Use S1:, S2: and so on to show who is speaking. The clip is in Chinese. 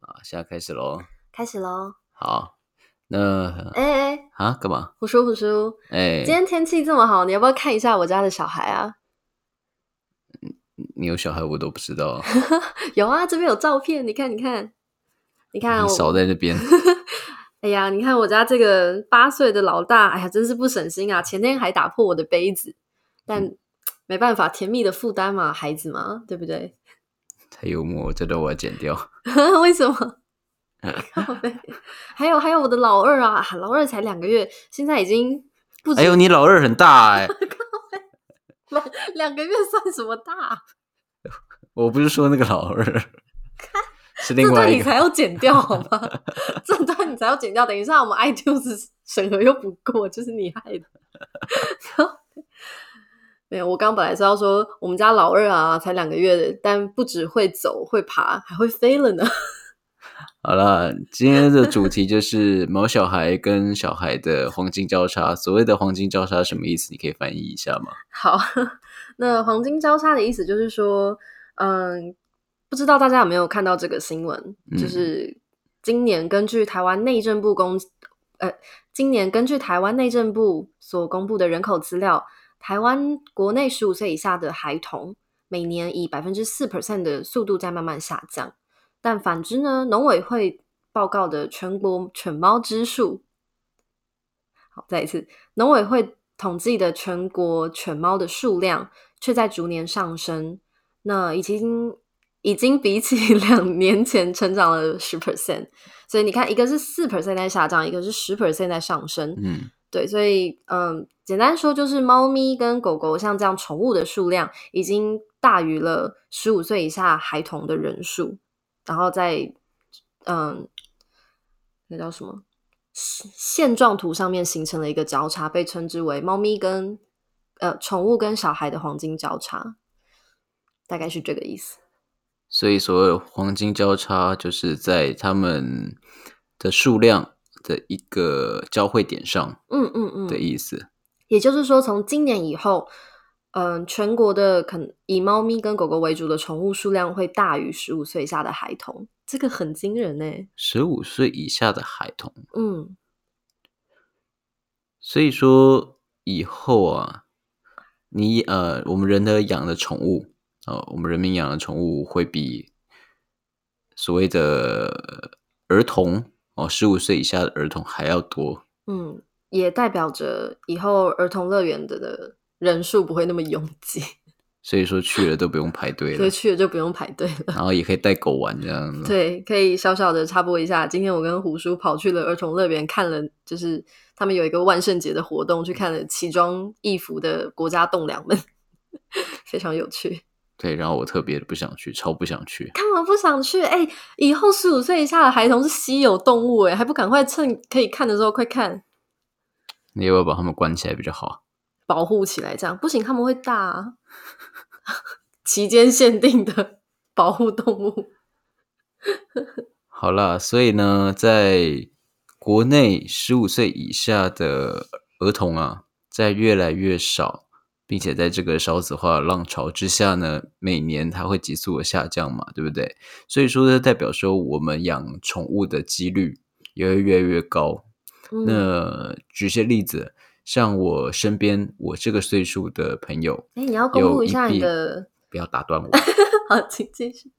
S1: 啊现在开始喽。
S2: 开始喽！
S1: 好，那
S2: 哎、哎、
S1: 啊，干嘛？
S2: 虎叔虎叔，
S1: 哎、
S2: 今天天气这么好，你要不要看一下我家的小孩啊？
S1: 你有小孩我都不知 道，
S2: 有啊，这边有照片，你看，你看，你看
S1: 你少
S2: 我。
S1: 在那 边。
S2: 哎呀，你看我家这个八岁的老大，哎呀，真是不省心啊！前天还打破我的杯子，
S1: 嗯
S2: 但没办法，甜蜜的负担嘛，孩子嘛，对不对？
S1: 太幽默，这段我要剪掉。
S2: 为什么？ 靠背还有还有我的老二啊，啊老二才两个月，现在已经不止
S1: 哎呦，你老二很大哎、
S2: 两、两个月算什么大啊、
S1: 我不是说那个老二，是另
S2: 这
S1: 外
S2: 段
S1: 一
S2: 你才
S1: 个。
S2: 要剪掉好吗？这段你才要剪掉，等一下我们 iTunes 审核又不过，就是你害的。然后没有，我刚本来是要说我们家老二啊，才两个月的，但不只会走会爬，还会飞了呢。
S1: 好了，今天的主题就是毛小孩跟小孩的黄金交叉。所谓的黄金交叉什么意思？你可以翻译一下吗？
S2: 好， 那黄金交叉的意思就是说，嗯，不知道大家有没有看到这个新闻，
S1: 嗯
S2: 就是今年根据台湾内政部公，呃，今年根据台湾内政部所公布的人口资料，台湾国内十五岁以下的孩童每年以百分之四 percent 的速度在慢慢下降，但反之呢，农委会报告的全国犬猫只数。好，再一次，农委会统计的全国犬猫的数量却在逐年上升，那已经已经比起 两年前成长了十 percent，所以你看，一个是四 percent 在下降，一个是十 percent 在上升，
S1: 嗯，
S2: 对，所以嗯，简单说就是猫咪跟狗狗像这样宠物的数量已经大于了十五岁以下孩童的人数，然后在嗯，那叫什么现现状图上面形成了一个交叉，被称之为猫咪跟呃宠物跟小孩的黄金交叉，大概是这个意思。
S1: 所以所谓的黄金交叉就是在他们的数量的一个交汇点上
S2: 嗯嗯嗯，
S1: 的意思。
S2: 也就是说，从今年以后，嗯、全国的可能以猫咪跟狗狗为主的宠物数量会大于十五岁以下的孩童，这个很惊人欸呢、
S1: 十五岁以下的孩童，
S2: 嗯，
S1: 所以说以后啊，你呃，我们人的养的宠物，呃，我们人民养的宠物会比所谓的呃儿童哦，十五岁以下的儿童还要多。
S2: 嗯，也代表着以后儿童乐园的的人数不会那么拥挤，
S1: 所以说去了都不用排队
S2: 所
S1: 了
S2: 以，去了就不用排队了。
S1: 然后也可以带狗玩这样子。
S2: 对，可以小小的插播一下，今天我跟胡叔跑去了儿童乐园，看了就是他们有一个万圣节的活动，去看了奇装异服的国家栋梁们， 非常有趣。
S1: 对，然后我特别不想去，超不想去。
S2: 干嘛不想去？哎、以后十五岁以下的孩童是稀有动物、哎，还不赶快趁可以看的时候快看，
S1: 你要不要把它们关起来比较好？
S2: 保护起来，这样不行，他们会大、啊。 期间限定的保护动物，
S1: 好啦，所以呢，在国内十五岁以下的儿童啊，在越来越少，并且在这个少子化浪潮之下呢，每年它会急速的下降嘛，对不对？所以说，这代表说我们养宠物的几率也会越来越高。
S2: 嗯
S1: 那举些例子，像我身边我这个岁数的朋友，
S2: 哎、你要公
S1: 有
S2: 布一
S1: 一
S2: 下你
S1: 笔
S2: 的，
S1: 不要打断我。
S2: 好，请继续。